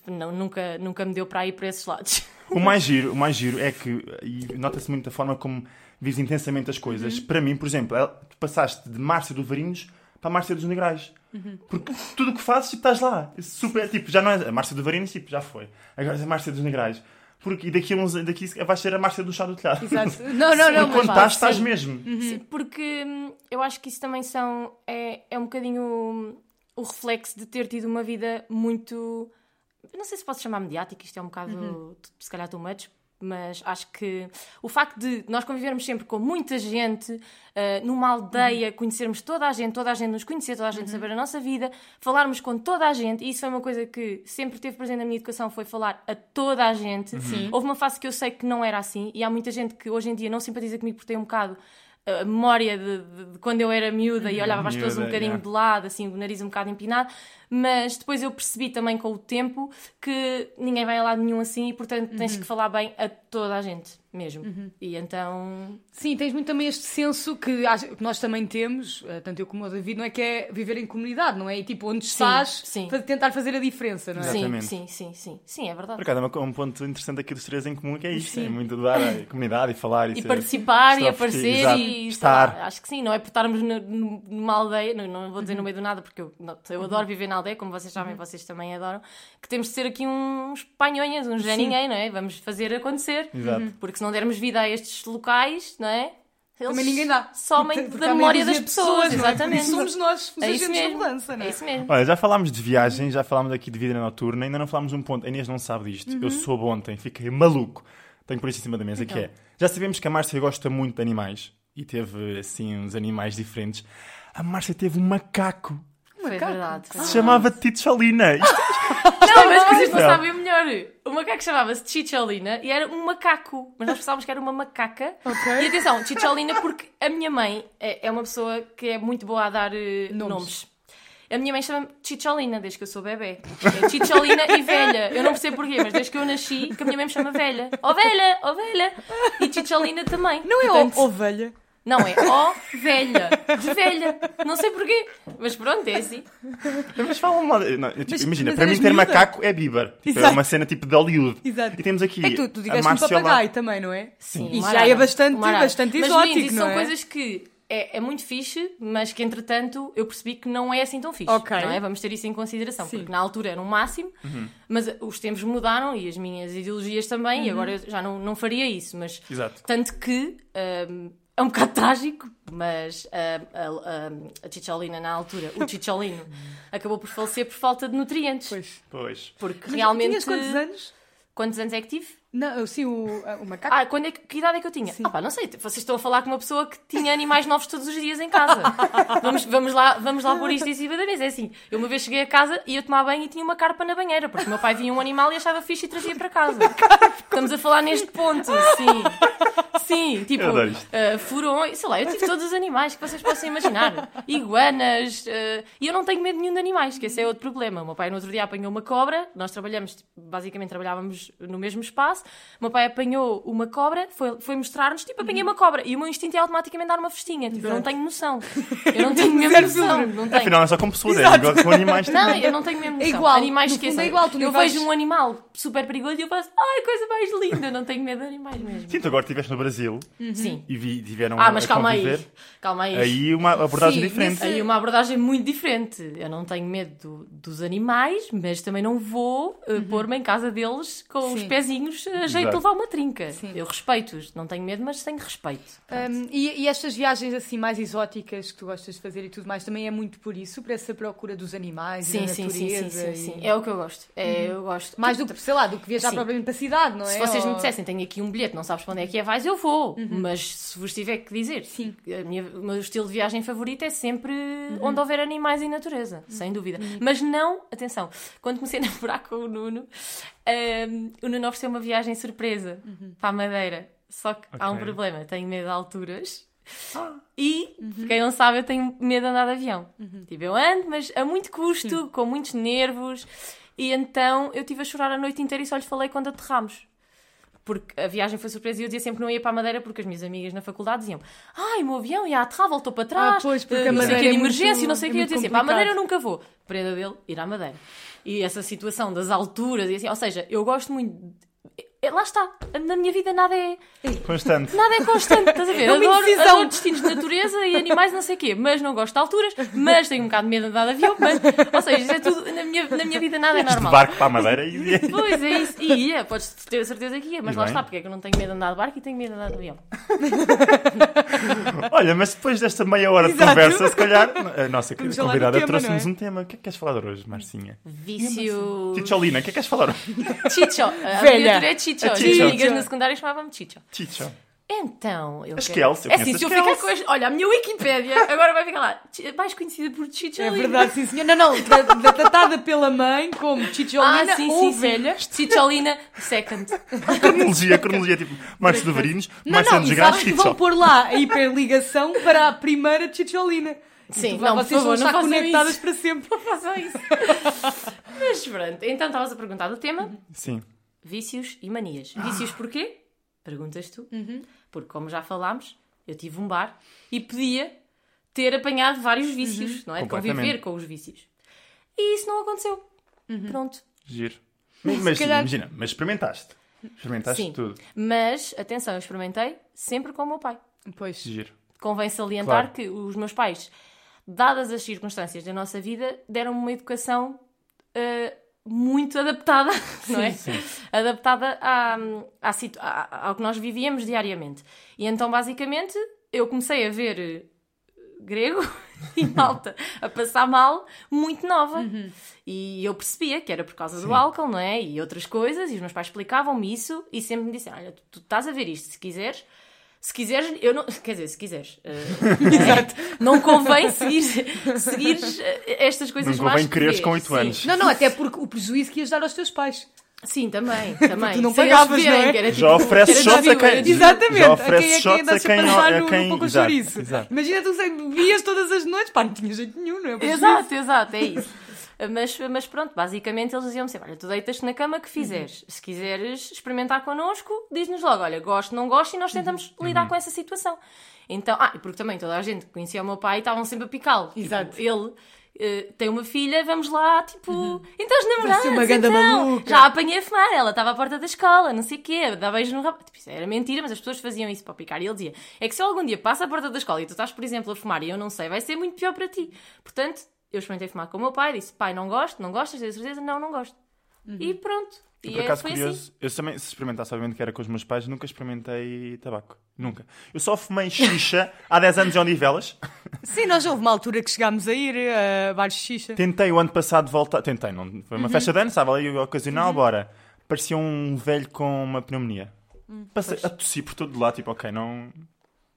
[SPEAKER 3] não nunca, nunca me deu para ir para esses lados.
[SPEAKER 1] O mais giro, o mais giro é que e nota-se muito a forma como vives intensamente as coisas.
[SPEAKER 2] Uhum.
[SPEAKER 1] Para mim, por exemplo, ela- tu passaste de Márcia do Varinhos para Márcia dos Negrais.
[SPEAKER 2] Uhum.
[SPEAKER 1] Porque tudo o que fazes, tipo, estás lá. É Super, tipo, já não é a Márcia do Varinhos, tipo, já foi. Agora é a Márcia dos Negrais. Porque e daqui a uns daqui vais ser a Márcia do chá do telhado.
[SPEAKER 3] *laughs*
[SPEAKER 2] Exato. Não, não, não.
[SPEAKER 1] *laughs* e
[SPEAKER 2] mas
[SPEAKER 1] quando
[SPEAKER 2] vá,
[SPEAKER 1] estás, estás
[SPEAKER 2] sim.
[SPEAKER 1] mesmo.
[SPEAKER 3] Sim, porque hum, eu acho que isso também são é, é um bocadinho hum, o reflexo de ter tido uma vida muito eu não sei se posso chamar mediática, isto é um bocado
[SPEAKER 1] Uhum.
[SPEAKER 3] t- se calhar too much, mas acho que o facto de nós convivermos sempre com muita gente ah, numa aldeia,
[SPEAKER 1] Uhum.
[SPEAKER 3] conhecermos toda a gente, toda a gente nos conhecer, toda a gente saber a nossa vida, falarmos com toda a gente, e isso foi uma coisa que sempre teve presente na minha educação, foi falar a toda a gente.
[SPEAKER 1] Uhum.
[SPEAKER 3] Houve uma fase que eu sei que não era assim, e há muita gente que hoje em dia não simpatiza comigo por ter um bocado a memória de, de- de quando eu era miúda e olhava para as pessoas um
[SPEAKER 1] Uhum. Miúda,
[SPEAKER 3] bocadinho
[SPEAKER 1] yeah.
[SPEAKER 3] de lado, assim, o nariz um bocado empinado, mas depois eu percebi também com o tempo que ninguém vai a lado nenhum assim e, portanto, tens que falar bem a toda a gente mesmo. E então.
[SPEAKER 2] Sim, tens muito também este senso que às- que nós também temos, eh, tanto eu como o David, não é que é viver em comunidade, não é? E tipo, onde estás,
[SPEAKER 3] sim.
[SPEAKER 2] fa- tentar fazer a diferença, não é?
[SPEAKER 3] Sim,
[SPEAKER 1] Exatamente.
[SPEAKER 3] sim, sim, sim. Sim, é
[SPEAKER 1] Por
[SPEAKER 3] verdade.
[SPEAKER 1] acaso, é uma- um ponto interessante aqui dos três em comum que é isto. É muito dar à comunidade e falar e,
[SPEAKER 3] E
[SPEAKER 1] ser-
[SPEAKER 3] participar e
[SPEAKER 1] estar-
[SPEAKER 3] aparecer
[SPEAKER 1] exato,
[SPEAKER 3] e sei
[SPEAKER 1] estar.
[SPEAKER 3] lá, acho que sim, não é por estarmos no- no- numa aldeia, não, não vou dizer
[SPEAKER 2] Uhum.
[SPEAKER 3] no meio do nada, porque eu, não- eu adoro viver na aldeia, como vocês sabem, vocês também adoram, que temos de ser aqui uns panhonhas, uns já ninguém, não é? Vamos fazer acontecer.
[SPEAKER 1] Exato.
[SPEAKER 2] Uhum.
[SPEAKER 3] Porque se não dermos vida a estes locais, não é? Eles
[SPEAKER 2] Também ninguém dá.
[SPEAKER 3] Somem
[SPEAKER 2] Porque- porque
[SPEAKER 3] da
[SPEAKER 2] há meia
[SPEAKER 3] memória das
[SPEAKER 2] dúzia de
[SPEAKER 3] pessoas,
[SPEAKER 2] não é?
[SPEAKER 3] exatamente.
[SPEAKER 2] Por isso somos nós, os
[SPEAKER 3] é isso
[SPEAKER 2] agentes de
[SPEAKER 3] mesmo.
[SPEAKER 2] mudança, não
[SPEAKER 3] é
[SPEAKER 2] é?
[SPEAKER 3] isso mesmo.
[SPEAKER 1] Olha, já falámos de viagem, já falámos aqui de vida noturna, ainda não falámos de um ponto. A Inês não sabe disto.
[SPEAKER 2] Uhum.
[SPEAKER 1] Eu soube ontem, fiquei maluco. Tenho por isso em cima da mesa,
[SPEAKER 2] Então.
[SPEAKER 1] que é. Já sabemos que a Márcia gosta muito de animais e teve assim uns animais diferentes. A Márcia teve um macaco.
[SPEAKER 3] Foi
[SPEAKER 2] macaco.
[SPEAKER 3] verdade. foi
[SPEAKER 1] que Se
[SPEAKER 3] verdade.
[SPEAKER 2] Ah.
[SPEAKER 1] chamava Titchalina. Isto
[SPEAKER 2] *laughs*
[SPEAKER 3] Não, mas que vocês não
[SPEAKER 1] Não.
[SPEAKER 3] sabem melhor. O macaco chamava-se Chicholina e era um macaco. Mas nós pensávamos que era uma macaca.
[SPEAKER 2] Ok.
[SPEAKER 3] *laughs* E atenção, Chicholina, porque a minha mãe é é uma pessoa que é muito boa a dar eh,
[SPEAKER 2] Nomes.
[SPEAKER 3] nomes. A minha mãe chama-me Chicholina desde que eu sou bebê. É Chicholina e velha. Eu não percebo porquê, mas desde que eu nasci, que a minha mãe me chama velha. Ovelha, ovelha. E Chicholina também.
[SPEAKER 2] Não é
[SPEAKER 3] Portanto,
[SPEAKER 2] o- ovelha.
[SPEAKER 3] Não é o velha. De velha. Não sei porquê. Mas pronto, é assim.
[SPEAKER 1] mas falam mal. Não, eu, tipo,
[SPEAKER 2] Mas-
[SPEAKER 1] imagina,
[SPEAKER 2] mas
[SPEAKER 1] para mim
[SPEAKER 2] eras
[SPEAKER 1] ter
[SPEAKER 2] miúda.
[SPEAKER 1] macaco é Bieber. Tipo, é
[SPEAKER 2] Exato.
[SPEAKER 1] uma cena tipo de Hollywood.
[SPEAKER 2] Exato.
[SPEAKER 1] E temos aqui.
[SPEAKER 2] É que tu, tu
[SPEAKER 1] a
[SPEAKER 2] digueste um
[SPEAKER 1] Márcia lá-
[SPEAKER 2] papagaio também, não é?
[SPEAKER 3] Sim,
[SPEAKER 2] Isso
[SPEAKER 3] uma
[SPEAKER 2] já
[SPEAKER 3] arara.
[SPEAKER 2] é bastante-
[SPEAKER 3] Uma arara.
[SPEAKER 2] bastante
[SPEAKER 3] mas,
[SPEAKER 2] exótico,
[SPEAKER 3] meninos, isso
[SPEAKER 2] não
[SPEAKER 3] são
[SPEAKER 2] é?
[SPEAKER 3] coisas que é, é muito fixe, mas que entretanto eu percebi que não é assim tão fixe.
[SPEAKER 2] Ok.
[SPEAKER 3] Não é? Vamos ter isso em consideração,
[SPEAKER 2] Sim.
[SPEAKER 3] porque na altura era um máximo, mas os tempos mudaram e as minhas ideologias também,
[SPEAKER 2] Uhum.
[SPEAKER 3] e agora eu já não, não faria isso. Mas
[SPEAKER 1] Exato.
[SPEAKER 3] tanto que hum, é um *laughs* bocado trágico, mas hum, a, hum, a Chicholina na altura,
[SPEAKER 2] *laughs*
[SPEAKER 3] o Chicholino, acabou por falecer por falta de nutrientes.
[SPEAKER 2] Pois.
[SPEAKER 1] Pois.
[SPEAKER 3] Porque
[SPEAKER 2] Mas
[SPEAKER 3] realmente.
[SPEAKER 2] Tinhas quantos anos?
[SPEAKER 3] Quantos anos é que tive?
[SPEAKER 2] Não, eu sim, o, a- o macaco.
[SPEAKER 3] Ah, quando é que, que idade é que eu tinha? Ah, pá, não sei, vocês estão a falar com uma pessoa que tinha animais novos todos os dias em casa. vamos, vamos, lá, vamos lá pôr isto em cima da mesa. É assim, eu uma vez cheguei a casa e ia tomar banho e tinha uma carpa na banheira, porque o meu pai vinha um animal e achava fixe e trazia para casa. Estamos a falar neste ponto, sim. Sim, tipo,
[SPEAKER 1] Eu adoro isto.
[SPEAKER 3] ah, furões, sei lá, eu tive todos os animais que vocês possam imaginar. Iguanas, ah, e eu não tenho medo nenhum de animais, que esse é outro problema. O meu pai no outro dia apanhou uma cobra, nós trabalhamos, tipo, basicamente trabalhávamos no mesmo espaço, o meu pai apanhou uma cobra, foi, foi mostrar-nos, tipo, apanhei uma cobra, e o meu instinto é automaticamente dar uma festinha, tipo, eu não tenho noção. Eu não tenho mesmo
[SPEAKER 2] Zero
[SPEAKER 3] noção,
[SPEAKER 2] filtro.
[SPEAKER 3] não tenho.
[SPEAKER 1] Afinal, não é só com pessoas, é igual com
[SPEAKER 2] *laughs*
[SPEAKER 1] animais também.
[SPEAKER 3] Não, eu não tenho mesmo noção.
[SPEAKER 2] igual,
[SPEAKER 3] animais
[SPEAKER 2] no fundo é
[SPEAKER 3] esqueçam.
[SPEAKER 2] igual, tu nem
[SPEAKER 3] eu
[SPEAKER 2] vais-
[SPEAKER 3] vejo um animal super perigoso e eu penso, ai, coisa mais linda, não tenho medo de animais mesmo.
[SPEAKER 1] Sim, tu agora estiveste no Brasil
[SPEAKER 2] Uhum.
[SPEAKER 3] Sim.
[SPEAKER 1] e vi- tiveram
[SPEAKER 3] Ah,
[SPEAKER 1] a-
[SPEAKER 3] mas
[SPEAKER 1] a
[SPEAKER 3] calma aí.
[SPEAKER 1] Então, é conviver.
[SPEAKER 3] Calma aí.
[SPEAKER 1] Aí uma abordagem
[SPEAKER 2] Sim,
[SPEAKER 1] diferente.
[SPEAKER 2] nesse-
[SPEAKER 3] Aí uma abordagem muito diferente. Eu não tenho medo do- dos animais, mas também não vou eh, pôr-me em casa deles com os
[SPEAKER 2] Uhum. Sim.
[SPEAKER 3] pezinhos a jeito
[SPEAKER 1] Exato.
[SPEAKER 3] de levar uma trinca.
[SPEAKER 2] Sim.
[SPEAKER 3] Eu respeito-os. Não tenho medo, mas tenho respeito.
[SPEAKER 2] Hum, e, e estas viagens assim mais exóticas que tu gostas de fazer e tudo mais também é muito por isso, por essa procura dos animais,
[SPEAKER 3] Sim,
[SPEAKER 2] da
[SPEAKER 3] sim,
[SPEAKER 2] natureza.
[SPEAKER 3] sim, sim, sim,
[SPEAKER 2] e- Uhum.
[SPEAKER 3] sim. É o que eu gosto. É, eu gosto.
[SPEAKER 2] Mais do que, sei lá, do que viajar
[SPEAKER 3] Sim.
[SPEAKER 2] propriamente para a cidade, não é?
[SPEAKER 3] Se vocês me
[SPEAKER 2] Ou- Uhum.
[SPEAKER 3] dissessem, tenho aqui um bilhete, não sabes para onde é que é, vais, eu vou. Mas se vos tiver que dizer,
[SPEAKER 2] Sim. Uhum.
[SPEAKER 3] a minha- o meu estilo de viagem favorito é sempre onde houver animais e natureza, sem dúvida. Mas não, atenção, quando comecei a *laughs* namorar com o Nuno, hum, o Nuno ofereceu uma viagem surpresa
[SPEAKER 2] Uhum.
[SPEAKER 3] para a Madeira. Só que há um
[SPEAKER 1] Ok.
[SPEAKER 3] problema, tenho medo de alturas. E,
[SPEAKER 2] Uhum.
[SPEAKER 3] quem não sabe, eu tenho medo de andar de avião. Tipo, eu ando, mas a muito custo, com muitos nervos. E então eu estive a chorar a noite inteira e só lhe falei quando aterramos. Porque a viagem foi surpresa e eu dizia sempre que não ia para a Madeira porque as minhas amigas na faculdade diziam ai, o meu avião ia à trave, voltou para trás,
[SPEAKER 2] Ah, pois, porque
[SPEAKER 3] eh,
[SPEAKER 2] a
[SPEAKER 3] não sei o
[SPEAKER 2] Madeira
[SPEAKER 3] que, de
[SPEAKER 2] é muito-
[SPEAKER 3] emergência, não sei o
[SPEAKER 2] é
[SPEAKER 3] que. Eu
[SPEAKER 2] muito
[SPEAKER 3] dizia sempre, à
[SPEAKER 2] complicado."
[SPEAKER 3] Madeira eu nunca vou. Prenda dele, ir à Madeira. E essa situação das alturas e assim, ou seja, eu gosto muito... de- eh, Lá está, na minha vida nada é...
[SPEAKER 2] *laughs*
[SPEAKER 1] Constante.
[SPEAKER 3] Nada é constante, estás a ver?
[SPEAKER 2] É uma
[SPEAKER 3] adoro,
[SPEAKER 2] indecisão.
[SPEAKER 3] adoro destinos de natureza e animais, não sei o quê, mas não gosto de alturas, mas tenho um bocado de medo de andar de avião, mas, ou seja, isso é tudo, na minha, na minha vida nada é
[SPEAKER 1] De
[SPEAKER 3] normal.
[SPEAKER 1] barco para a Madeira
[SPEAKER 2] *laughs*
[SPEAKER 1] e.
[SPEAKER 3] Pois é isso, e ia, podes ter a certeza que ia, mas
[SPEAKER 1] E
[SPEAKER 3] lá
[SPEAKER 1] bem.
[SPEAKER 3] está, porque é que eu não tenho medo de andar de barco e tenho medo de andar de avião.
[SPEAKER 1] Olha, mas depois desta meia hora de
[SPEAKER 2] Exato.
[SPEAKER 1] conversa, se calhar, a nossa
[SPEAKER 2] Vamos falar do
[SPEAKER 1] convidada
[SPEAKER 2] tema,
[SPEAKER 1] trouxe-nos
[SPEAKER 2] não é?
[SPEAKER 1] um tema. O que é que queres falar hoje, Marcinha?
[SPEAKER 3] Vício.
[SPEAKER 1] Ticholina, o que é que queres falar hoje? *laughs*
[SPEAKER 3] Chicho, a
[SPEAKER 2] Velha.
[SPEAKER 3] criatura é Chicho.
[SPEAKER 1] É
[SPEAKER 3] As
[SPEAKER 1] Chicho.
[SPEAKER 3] minhas amigas na secundária chamavam-me Chicho.
[SPEAKER 1] Ticho.
[SPEAKER 3] Então, eu
[SPEAKER 1] As
[SPEAKER 3] quero-
[SPEAKER 1] Kels, eu
[SPEAKER 3] É
[SPEAKER 1] conheço
[SPEAKER 3] assim,
[SPEAKER 1] as
[SPEAKER 3] se eu ficar
[SPEAKER 1] Kels.
[SPEAKER 3] com este... Olha, a minha Wikipédia agora vai ficar lá. Chi- Mais conhecida por Chicho.
[SPEAKER 2] É verdade, sim senhor. Não, não, tra- tra- tratada pela mãe como
[SPEAKER 3] Ah,
[SPEAKER 2] chicholina
[SPEAKER 3] sim,
[SPEAKER 2] ou
[SPEAKER 3] sim, sim.
[SPEAKER 2] velha.
[SPEAKER 3] Chicholina second.
[SPEAKER 2] Então
[SPEAKER 1] Cronologia, cronologia, tipo, Marcos Duverinos,
[SPEAKER 2] Não,
[SPEAKER 1] Marcos
[SPEAKER 2] não,
[SPEAKER 1] Santos
[SPEAKER 2] e
[SPEAKER 1] Graça,
[SPEAKER 2] sabes que vão
[SPEAKER 1] Ticho.
[SPEAKER 2] pôr lá a hiperligação para a primeira chicholina.
[SPEAKER 3] Sim,
[SPEAKER 2] Vá,
[SPEAKER 3] não, por
[SPEAKER 2] vocês vão
[SPEAKER 3] favor, não
[SPEAKER 2] estar
[SPEAKER 3] façam
[SPEAKER 2] conectadas
[SPEAKER 3] isso.
[SPEAKER 2] para sempre.
[SPEAKER 3] Façam isso. *laughs* Mas pronto, então estavas a perguntar do tema
[SPEAKER 1] Sim.
[SPEAKER 3] vícios e manias. Vícios porquê? Perguntas tu. Porque, como já falámos, eu tive um bar e podia ter apanhado vários vícios, não é? De
[SPEAKER 1] Completamente.
[SPEAKER 3] Conviver com os vícios. E isso não aconteceu. Pronto.
[SPEAKER 1] Giro. Mas
[SPEAKER 2] calhar-
[SPEAKER 1] imagina, mas experimentaste. Experimentaste
[SPEAKER 3] Sim.
[SPEAKER 1] tudo.
[SPEAKER 3] Mas, atenção, eu experimentei sempre com o meu pai.
[SPEAKER 2] *laughs* Pois.
[SPEAKER 1] Giro.
[SPEAKER 3] Convém
[SPEAKER 1] Claro.
[SPEAKER 3] salientar que os meus pais, dadas as circunstâncias da nossa vida, deram-me uma educação eh, muito adaptada, *laughs* não é? Adaptada à, à situ- à- ao que nós vivíamos diariamente. E então, basicamente, eu comecei a ver eh, grego *laughs* e malta a passar mal muito nova. E eu percebia que era por causa do álcool, não é? E outras coisas, e os meus pais explicavam-me isso e sempre me disseram: Olha, tu, tu estás a ver isto, se quiseres. Se quiseres, eu não. Quer dizer, se quiseres. eh,
[SPEAKER 2] *laughs* Exato. *laughs*
[SPEAKER 3] não convém seguir, seguires eh, estas coisas
[SPEAKER 1] Não
[SPEAKER 3] mais.
[SPEAKER 1] convém
[SPEAKER 3] que
[SPEAKER 1] quereres
[SPEAKER 3] vê.
[SPEAKER 1] com oito
[SPEAKER 3] Sim.
[SPEAKER 1] anos.
[SPEAKER 2] Não, não, até porque o prejuízo que ias dar aos teus pais.
[SPEAKER 3] Sim, também, também.
[SPEAKER 2] tu não
[SPEAKER 3] Se eles
[SPEAKER 2] pagavas,
[SPEAKER 3] verem
[SPEAKER 2] não é?
[SPEAKER 3] que era
[SPEAKER 1] Já
[SPEAKER 3] tipo-
[SPEAKER 1] ofereces
[SPEAKER 3] era
[SPEAKER 1] shots a
[SPEAKER 3] tipo-
[SPEAKER 1] quem-
[SPEAKER 3] era tipo-
[SPEAKER 2] Exatamente.
[SPEAKER 1] Já
[SPEAKER 2] a
[SPEAKER 1] oferece
[SPEAKER 2] quem é que
[SPEAKER 1] shots a
[SPEAKER 2] andas
[SPEAKER 1] quem-
[SPEAKER 2] passar
[SPEAKER 1] a
[SPEAKER 2] no,
[SPEAKER 1] quem-
[SPEAKER 2] no pouco
[SPEAKER 1] exato,
[SPEAKER 2] chouriço?
[SPEAKER 1] exato.
[SPEAKER 2] Imagina tu que bebias todas as noites. Pá, não tinha jeito nenhum, não é?
[SPEAKER 3] Exato, exato, é isso. *laughs* Mas, mas pronto, basicamente eles diziam-me sempre: olha, tu deitas-te na cama que fizeres. Se quiseres experimentar connosco, diz-nos logo: olha, gosto, não gosto, e nós tentamos
[SPEAKER 2] Uhum.
[SPEAKER 3] lidar com essa situação. Então, ah, e porque também toda a gente que conhecia o meu pai estavam sempre a picá-lo. Tipo,
[SPEAKER 2] Exato.
[SPEAKER 3] ele. eh, tem uma filha, vamos lá, tipo, então as namoradas,
[SPEAKER 2] Uhum. ser uma ganda
[SPEAKER 3] então,
[SPEAKER 2] maluca."
[SPEAKER 3] já a apanhei a fumar, ela estava à porta da escola, não sei o quê, dá beijo no rapaz. Tipo, isso era mentira, mas as pessoas faziam isso para picar. E ele dizia: é que se eu algum dia passo à porta da escola e tu estás, por exemplo, a fumar e eu não sei, vai ser muito pior para ti. Portanto, eu experimentei fumar com o meu pai, disse: pai, não gosto, não gostas, tens certeza? Não, não gosto.
[SPEAKER 2] Uhum.
[SPEAKER 3] E pronto. E,
[SPEAKER 1] Por
[SPEAKER 3] é-
[SPEAKER 1] acaso,
[SPEAKER 3] foi assim.
[SPEAKER 1] curioso, eu também, se experimentasse, obviamente que era com os meus pais, nunca experimentei tabaco. Nunca. Eu só fumei xixa há 10 anos em Odivelas.
[SPEAKER 2] Sim, nós houve uma altura que chegámos a ir eh, a bares de xixa.
[SPEAKER 1] Tentei o ano passado voltar. Tentei, não. Foi
[SPEAKER 2] Uhum.
[SPEAKER 1] uma festa de ano, estava ali ocasional, bora. Parecia um velho com uma pneumonia.
[SPEAKER 2] Hum,
[SPEAKER 1] Passei a tossir por todo lado, tipo, ok, não.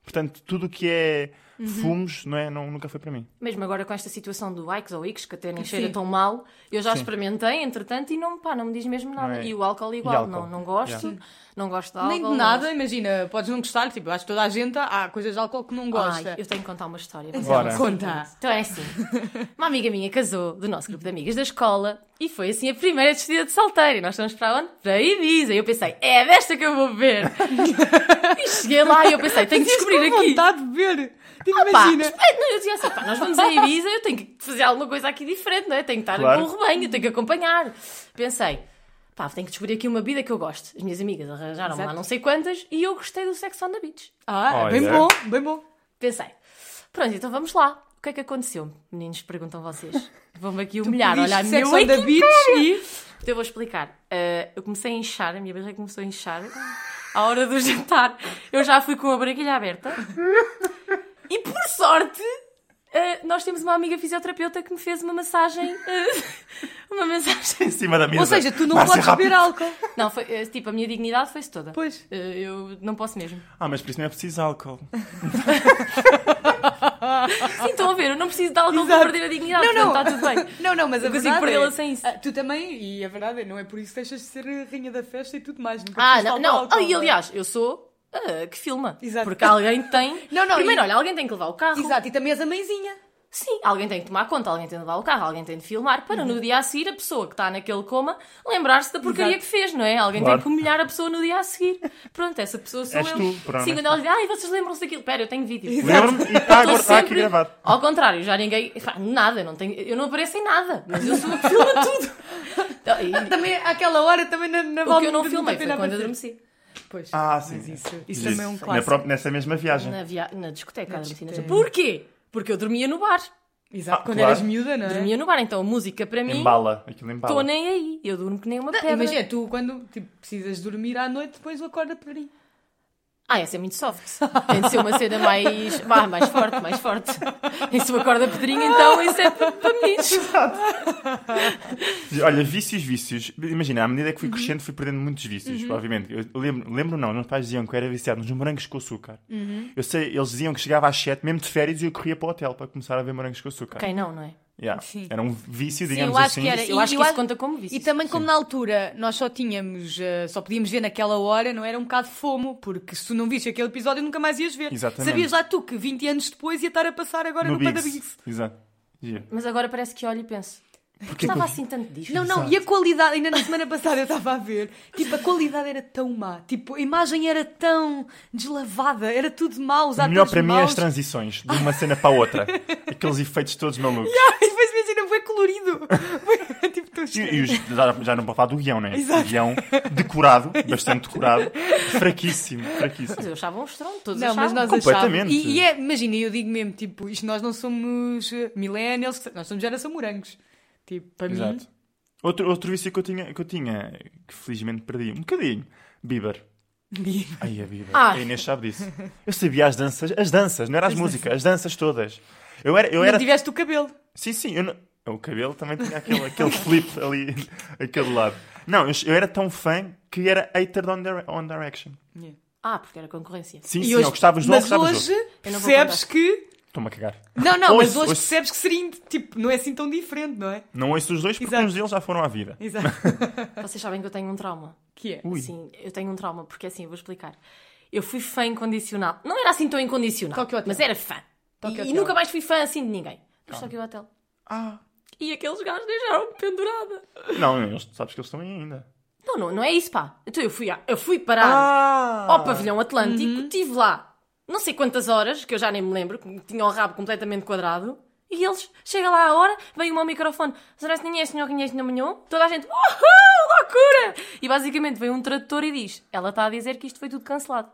[SPEAKER 1] Portanto, tudo o que é
[SPEAKER 2] Uhum.
[SPEAKER 1] fumos, não é? Não, nunca foi para mim.
[SPEAKER 3] Mesmo agora com esta situação do Icos ou Icos, que até nem
[SPEAKER 2] Sim.
[SPEAKER 3] cheira tão mal, eu já experimentei, entretanto, e não, pá, não me diz mesmo nada.
[SPEAKER 1] é-
[SPEAKER 3] E o álcool igual,
[SPEAKER 1] álcool.
[SPEAKER 3] Não, não gosto, não gosto de álcool.
[SPEAKER 2] Nem de
[SPEAKER 3] não
[SPEAKER 2] nada, imagina, podes não gostar, tipo, acho que toda a gente há coisas de álcool que não gosta.
[SPEAKER 3] Ai, eu tenho que contar uma história. mas
[SPEAKER 1] Bora.
[SPEAKER 3] é uma
[SPEAKER 2] Conta.
[SPEAKER 3] história. Então é assim. Uma amiga minha casou do nosso grupo de amigas da escola e foi assim a primeira despedida de solteiro. E nós fomos para onde? Para Ibiza. E eu pensei, é desta que eu vou beber. e cheguei lá e eu pensei, tenho que
[SPEAKER 2] Ficas
[SPEAKER 3] descobrir
[SPEAKER 2] com
[SPEAKER 3] aqui.
[SPEAKER 2] vontade de ver. Tipo,
[SPEAKER 3] Pá,
[SPEAKER 2] imagina.
[SPEAKER 3] espera, não, eu dizia assim, pá, nós vamos a Ibiza, eu tenho que fazer alguma coisa aqui diferente, não é? Tenho que estar
[SPEAKER 1] Claro.
[SPEAKER 3] com o rebanho, tenho que acompanhar. Pensei, pá, tenho que descobrir aqui uma bebida que eu gosto. As minhas amigas arranjaram lá
[SPEAKER 2] Exato.
[SPEAKER 3] não sei quantas e eu gostei do Sex on the Beach.
[SPEAKER 2] Ah,
[SPEAKER 1] Olha.
[SPEAKER 2] bem bom, bem bom.
[SPEAKER 3] Pensei, pronto, então vamos lá. O que é que aconteceu? Meninos, perguntam vocês.
[SPEAKER 2] *laughs*
[SPEAKER 3] Vão-me aqui humilhar. Olha, a
[SPEAKER 2] Diz
[SPEAKER 3] minha
[SPEAKER 2] Sex on the
[SPEAKER 3] Wiki-
[SPEAKER 2] Beach
[SPEAKER 3] Então eu vou explicar. Ah, eu comecei a inchar, a minha barriga começou a inchar. À hora do jantar, eu já fui com a barriguinha
[SPEAKER 2] *laughs*
[SPEAKER 3] aberta. E por sorte, ah, nós temos uma amiga fisioterapeuta que me fez uma massagem. ah, *laughs* uma massagem.
[SPEAKER 1] Em cima da
[SPEAKER 2] e...
[SPEAKER 1] mesa.
[SPEAKER 2] Ou seja, tu não
[SPEAKER 1] Márcia,
[SPEAKER 2] podes
[SPEAKER 1] rápido.
[SPEAKER 2] beber álcool.
[SPEAKER 3] Não, foi, ah, tipo, a minha dignidade foi-se toda.
[SPEAKER 2] Pois.
[SPEAKER 3] Ah, eu não posso mesmo.
[SPEAKER 1] Ah, mas por isso não é preciso álcool.
[SPEAKER 3] Sim, estão a ver, eu não preciso de álcool para
[SPEAKER 2] Exato.
[SPEAKER 3] perder a dignidade.
[SPEAKER 2] Não, não.
[SPEAKER 3] portanto, está tudo bem.
[SPEAKER 2] Não, não, mas a
[SPEAKER 3] Eu consigo
[SPEAKER 2] verdade
[SPEAKER 3] perdê-la
[SPEAKER 2] é...
[SPEAKER 3] sem isso.
[SPEAKER 2] Ah, tu também, e a verdade é, não é por isso que deixas de ser rainha da festa e tudo mais. Nunca
[SPEAKER 3] Ah,
[SPEAKER 2] te
[SPEAKER 3] não,
[SPEAKER 2] falta
[SPEAKER 3] não.
[SPEAKER 2] álcool,
[SPEAKER 3] Ah, e
[SPEAKER 2] é?
[SPEAKER 3] aliás, eu sou ah, que filma.
[SPEAKER 2] Exato.
[SPEAKER 3] Porque alguém tem.
[SPEAKER 2] *laughs* Não, não,
[SPEAKER 3] Primeiro,
[SPEAKER 2] e- é?
[SPEAKER 3] olha, alguém tem que levar o carro.
[SPEAKER 2] Exato, e também és a mãezinha.
[SPEAKER 3] Sim, alguém tem que tomar conta, alguém tem de levar o carro, alguém tem de filmar, para
[SPEAKER 2] Uhum.
[SPEAKER 3] no dia a seguir a pessoa que está naquele coma lembrar-se da porcaria
[SPEAKER 2] Exato.
[SPEAKER 3] que fez, não é? Alguém
[SPEAKER 1] Claro.
[SPEAKER 3] tem que humilhar a pessoa no dia a seguir. Pronto, essa pessoa sou
[SPEAKER 1] És
[SPEAKER 3] eu.
[SPEAKER 1] tu, pronto.
[SPEAKER 3] Sim, quando elas dizem, ai, vocês lembram-se daquilo? Pera, eu tenho vídeo.
[SPEAKER 1] Lembro-me e está
[SPEAKER 3] Estou
[SPEAKER 1] agora está aqui
[SPEAKER 3] sempre-
[SPEAKER 1] gravado.
[SPEAKER 3] Ao contrário, já ninguém. pá, Nada, eu não tenho, eu não apareço em nada, mas eu sou a que filma tudo.
[SPEAKER 2] *laughs*
[SPEAKER 3] Então, e-
[SPEAKER 2] Também, àquela hora, também na, na
[SPEAKER 3] o que eu
[SPEAKER 2] Valmira
[SPEAKER 3] não
[SPEAKER 2] nunca
[SPEAKER 3] filmei foi
[SPEAKER 2] tem nada
[SPEAKER 3] quando
[SPEAKER 2] a ver.
[SPEAKER 3] adormeci.
[SPEAKER 2] Pois.
[SPEAKER 1] Ah, sim.
[SPEAKER 2] Mas isso, isso também é um
[SPEAKER 1] Na
[SPEAKER 2] clássico.
[SPEAKER 1] própria- nessa mesma viagem.
[SPEAKER 3] Na, via... na discoteca,
[SPEAKER 2] Na
[SPEAKER 3] adormeci na
[SPEAKER 2] discoteca.
[SPEAKER 3] discoteca. Porquê? Porque eu dormia no bar.
[SPEAKER 2] Exato,
[SPEAKER 1] Ah,
[SPEAKER 2] quando
[SPEAKER 1] claro.
[SPEAKER 2] eras miúda, não é?
[SPEAKER 3] Dormia no bar, então a música para mim.
[SPEAKER 1] Embala. Aquilo
[SPEAKER 3] Estou
[SPEAKER 1] embala.
[SPEAKER 3] nem aí. Eu durmo que nem uma pedra.
[SPEAKER 2] Imagina, tu quando tipo, precisas dormir à noite, depois o acorda para mim.
[SPEAKER 3] Ah, essa é muito soft. Tem de ser uma cena mais. Vá, mais forte, mais forte. Isso uma corda pedrinha, então isso é para para meninos.
[SPEAKER 1] Olha, vícios, vícios. Imagina, à medida que
[SPEAKER 3] Uhum.
[SPEAKER 1] fui crescendo, fui perdendo muitos vícios, obviamente. Eu lembro, lembro não, meus pais diziam que eu era viciado nos morangos com açúcar.
[SPEAKER 3] Uhum.
[SPEAKER 1] Eu sei, eles diziam que chegava às 7, mesmo de férias, e eu corria para o hotel para começar a ver morangos com açúcar.
[SPEAKER 3] Quem não, não é?
[SPEAKER 1] Yeah.
[SPEAKER 2] Sim.
[SPEAKER 1] Era um vício,
[SPEAKER 3] Sim,
[SPEAKER 1] digamos
[SPEAKER 3] eu acho
[SPEAKER 1] assim.
[SPEAKER 3] que era.
[SPEAKER 2] Sim,
[SPEAKER 3] Eu acho
[SPEAKER 2] eu
[SPEAKER 3] que isso
[SPEAKER 2] acho-
[SPEAKER 3] conta como vício.
[SPEAKER 2] E também, como na altura nós só tínhamos, eh, só podíamos ver naquela hora, não era um bocado fomo, porque se tu não viste aquele episódio nunca mais ias ver.
[SPEAKER 1] Exatamente.
[SPEAKER 2] Sabias lá tu que 20 anos depois ia estar a passar agora no,
[SPEAKER 1] No
[SPEAKER 2] no
[SPEAKER 1] *laughs*
[SPEAKER 2] Padabix.
[SPEAKER 1] Bigs. Exato. Giro.
[SPEAKER 3] Mas agora parece que olho e penso.
[SPEAKER 1] Porquê que
[SPEAKER 3] Estava
[SPEAKER 1] eu-
[SPEAKER 3] assim tanto disto.
[SPEAKER 2] Não, não, e a qualidade, ainda na semana passada eu estava a ver, tipo, a qualidade era tão má, tipo, a imagem era tão deslavada, era tudo mau, os
[SPEAKER 1] O melhor
[SPEAKER 2] atores
[SPEAKER 1] para mim é
[SPEAKER 2] maus.
[SPEAKER 1] as
[SPEAKER 2] *laughs*
[SPEAKER 1] transições, de uma cena para a
[SPEAKER 3] *laughs*
[SPEAKER 1] outra. Aqueles efeitos todos malucos.
[SPEAKER 2] E depois imagina, foi colorido. *laughs* Foi, tipo, tão
[SPEAKER 1] E,
[SPEAKER 2] estranho.
[SPEAKER 1] e os- já, já não vou falar do guião, né?
[SPEAKER 2] Exato.
[SPEAKER 1] O guião decorado, bastante
[SPEAKER 3] *laughs*
[SPEAKER 1] decorado, fraquíssimo,
[SPEAKER 3] Mas
[SPEAKER 1] fraquíssimo.
[SPEAKER 3] eu achava um estrondo, todos
[SPEAKER 2] Não, mas
[SPEAKER 3] achavam.
[SPEAKER 2] nós
[SPEAKER 1] Completamente.
[SPEAKER 2] achávamos. E, e é, imagina, eu digo mesmo, tipo, isto nós não somos eh, millennials, nós somos geração morangos. Tipo, para mim. *laughs*
[SPEAKER 1] Exato. Outro, outro vício que eu, tinha, que eu tinha, que felizmente perdi, um bocadinho, Bieber. Ai, a Bieber.
[SPEAKER 3] Ah.
[SPEAKER 1] A Inês sabe disso. Eu sabia as danças, as danças, não era as músicas, as danças todas. Eu era, eu
[SPEAKER 2] Não
[SPEAKER 1] era
[SPEAKER 2] tiveste o cabelo.
[SPEAKER 1] Sim, sim, eu não- o cabelo também tinha aquele, aquele flip ali, *laughs* aquele lado. Não, eu, eu era tão fã que era hater de on, Dire- On Direction.
[SPEAKER 3] Ah, porque era concorrência.
[SPEAKER 1] Sim,
[SPEAKER 2] E
[SPEAKER 1] sim,
[SPEAKER 2] hoje-
[SPEAKER 1] eu gostava de um, eu
[SPEAKER 2] mas
[SPEAKER 1] gostava de
[SPEAKER 2] hoje
[SPEAKER 1] outro.
[SPEAKER 3] Eu não vou
[SPEAKER 2] percebes
[SPEAKER 3] contar.
[SPEAKER 2] que.
[SPEAKER 1] Estou-me a cagar.
[SPEAKER 2] Não, não, mas
[SPEAKER 1] Ouço,
[SPEAKER 2] hoje
[SPEAKER 1] ouço.
[SPEAKER 2] percebes que seria. Tipo, não é assim tão diferente, não é?
[SPEAKER 1] Não ouço os dois porque
[SPEAKER 2] Exato.
[SPEAKER 1] uns deles já foram à vida.
[SPEAKER 2] Exato.
[SPEAKER 1] *laughs*
[SPEAKER 3] Vocês sabem que eu tenho um trauma.
[SPEAKER 2] que é?
[SPEAKER 1] Ui.
[SPEAKER 3] Sim, eu tenho um trauma, porque assim, eu vou explicar. Eu fui fã incondicional. Não era assim tão incondicional,
[SPEAKER 2] Tokyo Hotel.
[SPEAKER 3] mas era fã.
[SPEAKER 2] Tokyo
[SPEAKER 3] E, e
[SPEAKER 2] Hotel.
[SPEAKER 3] nunca mais fui fã assim de ninguém. Mas Tokyo Hotel.
[SPEAKER 1] Ah.
[SPEAKER 3] E aqueles gajos deixaram-me pendurada.
[SPEAKER 1] Não, eles, sabes que eles estão aí ainda.
[SPEAKER 3] Não, não, não é isso, pá. Então eu fui, a- eu fui parar
[SPEAKER 1] Ah!
[SPEAKER 3] ao pavilhão atlântico, estive lá não sei quantas horas, que eu já nem me lembro, que tinha o rabo completamente quadrado, e eles, chega lá a hora, vem uma ao microfone, é será que ninguém não conhece não manhou? Toda a gente, uhul, loucura! E basicamente vem um tradutor e diz, ela está a dizer que isto foi tudo cancelado.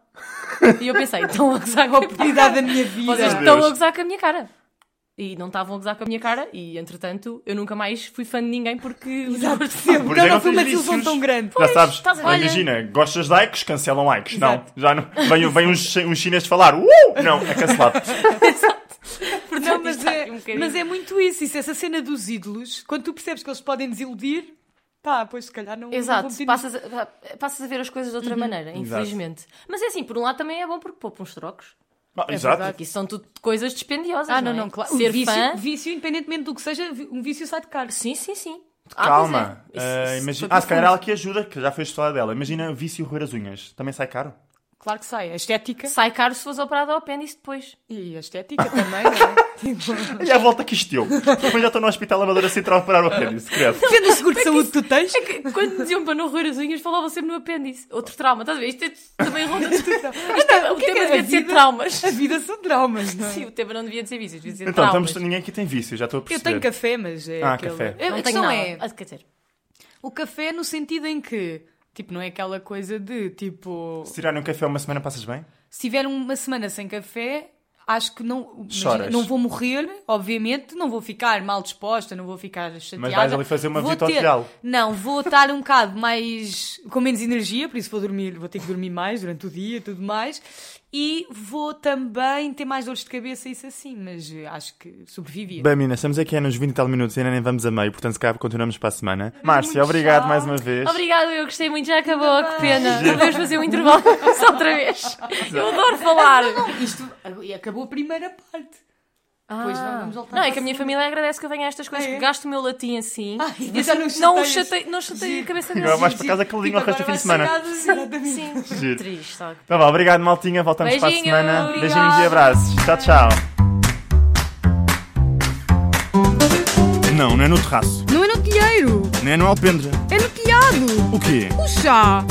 [SPEAKER 3] e eu pensei, estão a gozar
[SPEAKER 2] Oh,
[SPEAKER 3] com a
[SPEAKER 2] Oportunidade da minha vida.
[SPEAKER 3] Vocês
[SPEAKER 1] Meu
[SPEAKER 3] estão
[SPEAKER 1] Deus.
[SPEAKER 3] a gozar com a minha cara. E não estavam a gozar com a minha cara, e entretanto, eu nunca mais fui fã de ninguém porque os
[SPEAKER 2] Exato,
[SPEAKER 3] outros-
[SPEAKER 2] percebo.
[SPEAKER 1] Por
[SPEAKER 2] Tipo, Não,
[SPEAKER 1] isso é que
[SPEAKER 2] não foi
[SPEAKER 1] eu
[SPEAKER 2] uma
[SPEAKER 1] tenho
[SPEAKER 2] desilusão
[SPEAKER 1] vícios.
[SPEAKER 2] tão grande.
[SPEAKER 1] Já sabes,
[SPEAKER 3] estás a ver?
[SPEAKER 1] imagina, gostas de likes, cancelam likes.
[SPEAKER 2] Exato.
[SPEAKER 1] Não, já não. Vem, vem uns, uns chineses falar, uh! Não, é
[SPEAKER 3] *laughs*
[SPEAKER 1] cancelado.
[SPEAKER 2] Não,
[SPEAKER 3] Portanto,
[SPEAKER 2] mas
[SPEAKER 3] isto
[SPEAKER 2] é,
[SPEAKER 3] aqui um bocadinho.
[SPEAKER 2] mas é muito isso, isso, essa cena dos ídolos, quando tu percebes que eles podem desiludir, pá, pois se calhar não. não
[SPEAKER 3] Exato,
[SPEAKER 2] vou pedir-
[SPEAKER 3] passas a, eh, passas a ver as coisas de outra maneira, infelizmente. Mas é assim, por um lado também é bom porque poupa uns trocos.
[SPEAKER 1] Ah, exato.
[SPEAKER 3] Porque isso são tudo coisas dispendiosas.
[SPEAKER 2] Ah, não,
[SPEAKER 3] é?
[SPEAKER 2] não, claro.
[SPEAKER 3] Ser
[SPEAKER 2] o vício,
[SPEAKER 3] fã.
[SPEAKER 2] vício, independentemente do que seja, vi- um vício sai de caro.
[SPEAKER 3] Sim, sim, sim. Ah,
[SPEAKER 1] Calma.
[SPEAKER 3] pois é. Isso-
[SPEAKER 1] Ah,
[SPEAKER 3] isso
[SPEAKER 1] imagina-
[SPEAKER 3] foi
[SPEAKER 1] Ah, se calhar ela
[SPEAKER 3] profundo.
[SPEAKER 1] que ajuda, que já foi estudada dela. Imagina vício roer as unhas. Também sai caro?
[SPEAKER 2] Claro que sai. A estética.
[SPEAKER 3] Sai caro se fores operado ao apêndice depois.
[SPEAKER 2] E a estética também, não é? Tipo,
[SPEAKER 1] Olha a volta que isto deu. Depois já estou no Hospital assim, Amadora Central para o apêndice, credo.
[SPEAKER 2] Tendo o
[SPEAKER 3] É
[SPEAKER 2] seguro de saúde que tu tens.
[SPEAKER 3] *laughs* Quando diziam para não roer as unhas, falavam sempre no apêndice. Outro trauma, estás a ver? Isto é- também *laughs* ronda
[SPEAKER 2] *laughs*
[SPEAKER 3] tudo. Isto é- o
[SPEAKER 2] que é que
[SPEAKER 3] tema
[SPEAKER 2] é a
[SPEAKER 3] devia de ser
[SPEAKER 2] vida?
[SPEAKER 3] traumas. *laughs*
[SPEAKER 2] A vida são traumas, não é?
[SPEAKER 3] Sim, o tema não devia de ser vícios, devia de ser
[SPEAKER 1] Então,
[SPEAKER 3] traumas.
[SPEAKER 1] estamos, ninguém aqui tem vício, já estou a
[SPEAKER 2] Eu
[SPEAKER 1] perceber.
[SPEAKER 2] tenho café, mas é
[SPEAKER 1] Ah,
[SPEAKER 2] aquele-
[SPEAKER 1] café.
[SPEAKER 2] É,
[SPEAKER 3] Não
[SPEAKER 2] A
[SPEAKER 3] tenho
[SPEAKER 2] questão
[SPEAKER 3] nada.
[SPEAKER 2] é,
[SPEAKER 3] Ah, Quer dizer,
[SPEAKER 2] o café no sentido em que, tipo, não é aquela coisa de, tipo...
[SPEAKER 1] Se tirarem um café uma semana, passas bem?
[SPEAKER 2] se tiver uma semana sem café, acho que não, imagina,
[SPEAKER 1] Choras.
[SPEAKER 2] não vou morrer, obviamente, não vou ficar mal disposta, não vou ficar chateada.
[SPEAKER 1] vais ali fazer uma
[SPEAKER 2] Vou
[SPEAKER 1] visita ao
[SPEAKER 2] ter-
[SPEAKER 1] telhado.
[SPEAKER 2] Não, vou estar um bocado mais com menos energia, por isso vou dormir, vou ter que dormir mais durante o dia e tudo mais. E vou também ter mais dores de cabeça, isso assim, mas eh, acho que sobrevivia.
[SPEAKER 1] Bem, meninas, estamos aqui nos 20 e tal minutos e ainda nem vamos a meio, portanto, se calhar continuamos para a semana. Márcia, obrigado
[SPEAKER 2] chato.
[SPEAKER 1] mais uma vez.
[SPEAKER 3] Obrigada, eu gostei muito, já acabou, que pena. Podemos fazer um intervalo só outra vez. Eu adoro falar.
[SPEAKER 2] Isto e acabou a primeira parte. Pois não, vamos voltar
[SPEAKER 3] Não, é
[SPEAKER 2] para
[SPEAKER 3] que a minha
[SPEAKER 2] cima.
[SPEAKER 3] família agradece que eu venha a estas coisas,
[SPEAKER 2] Ah, é?
[SPEAKER 3] que gasto o meu latim assim.
[SPEAKER 2] Ai,
[SPEAKER 3] E
[SPEAKER 2] mas já não
[SPEAKER 3] assim,
[SPEAKER 2] chateias.
[SPEAKER 3] chatei, não chatei a cabeça
[SPEAKER 1] Agora
[SPEAKER 3] deles.
[SPEAKER 1] vais para casa
[SPEAKER 2] Tipo,
[SPEAKER 1] caladinho o resto do fim de semana.
[SPEAKER 2] semana.
[SPEAKER 3] Sim,
[SPEAKER 1] Giro.
[SPEAKER 3] triste, sabe?
[SPEAKER 1] Tá bom, obrigado, maltinha. Voltamos para a
[SPEAKER 3] Beijinhos,
[SPEAKER 1] semana. Beijinhos e
[SPEAKER 3] obrigado.
[SPEAKER 1] abraços. Tchau, tchau. Não, não é no terraço.
[SPEAKER 2] Não é no telheiro,
[SPEAKER 1] Não é no alpendre.
[SPEAKER 2] é no telhado.
[SPEAKER 1] O quê?
[SPEAKER 2] O chá.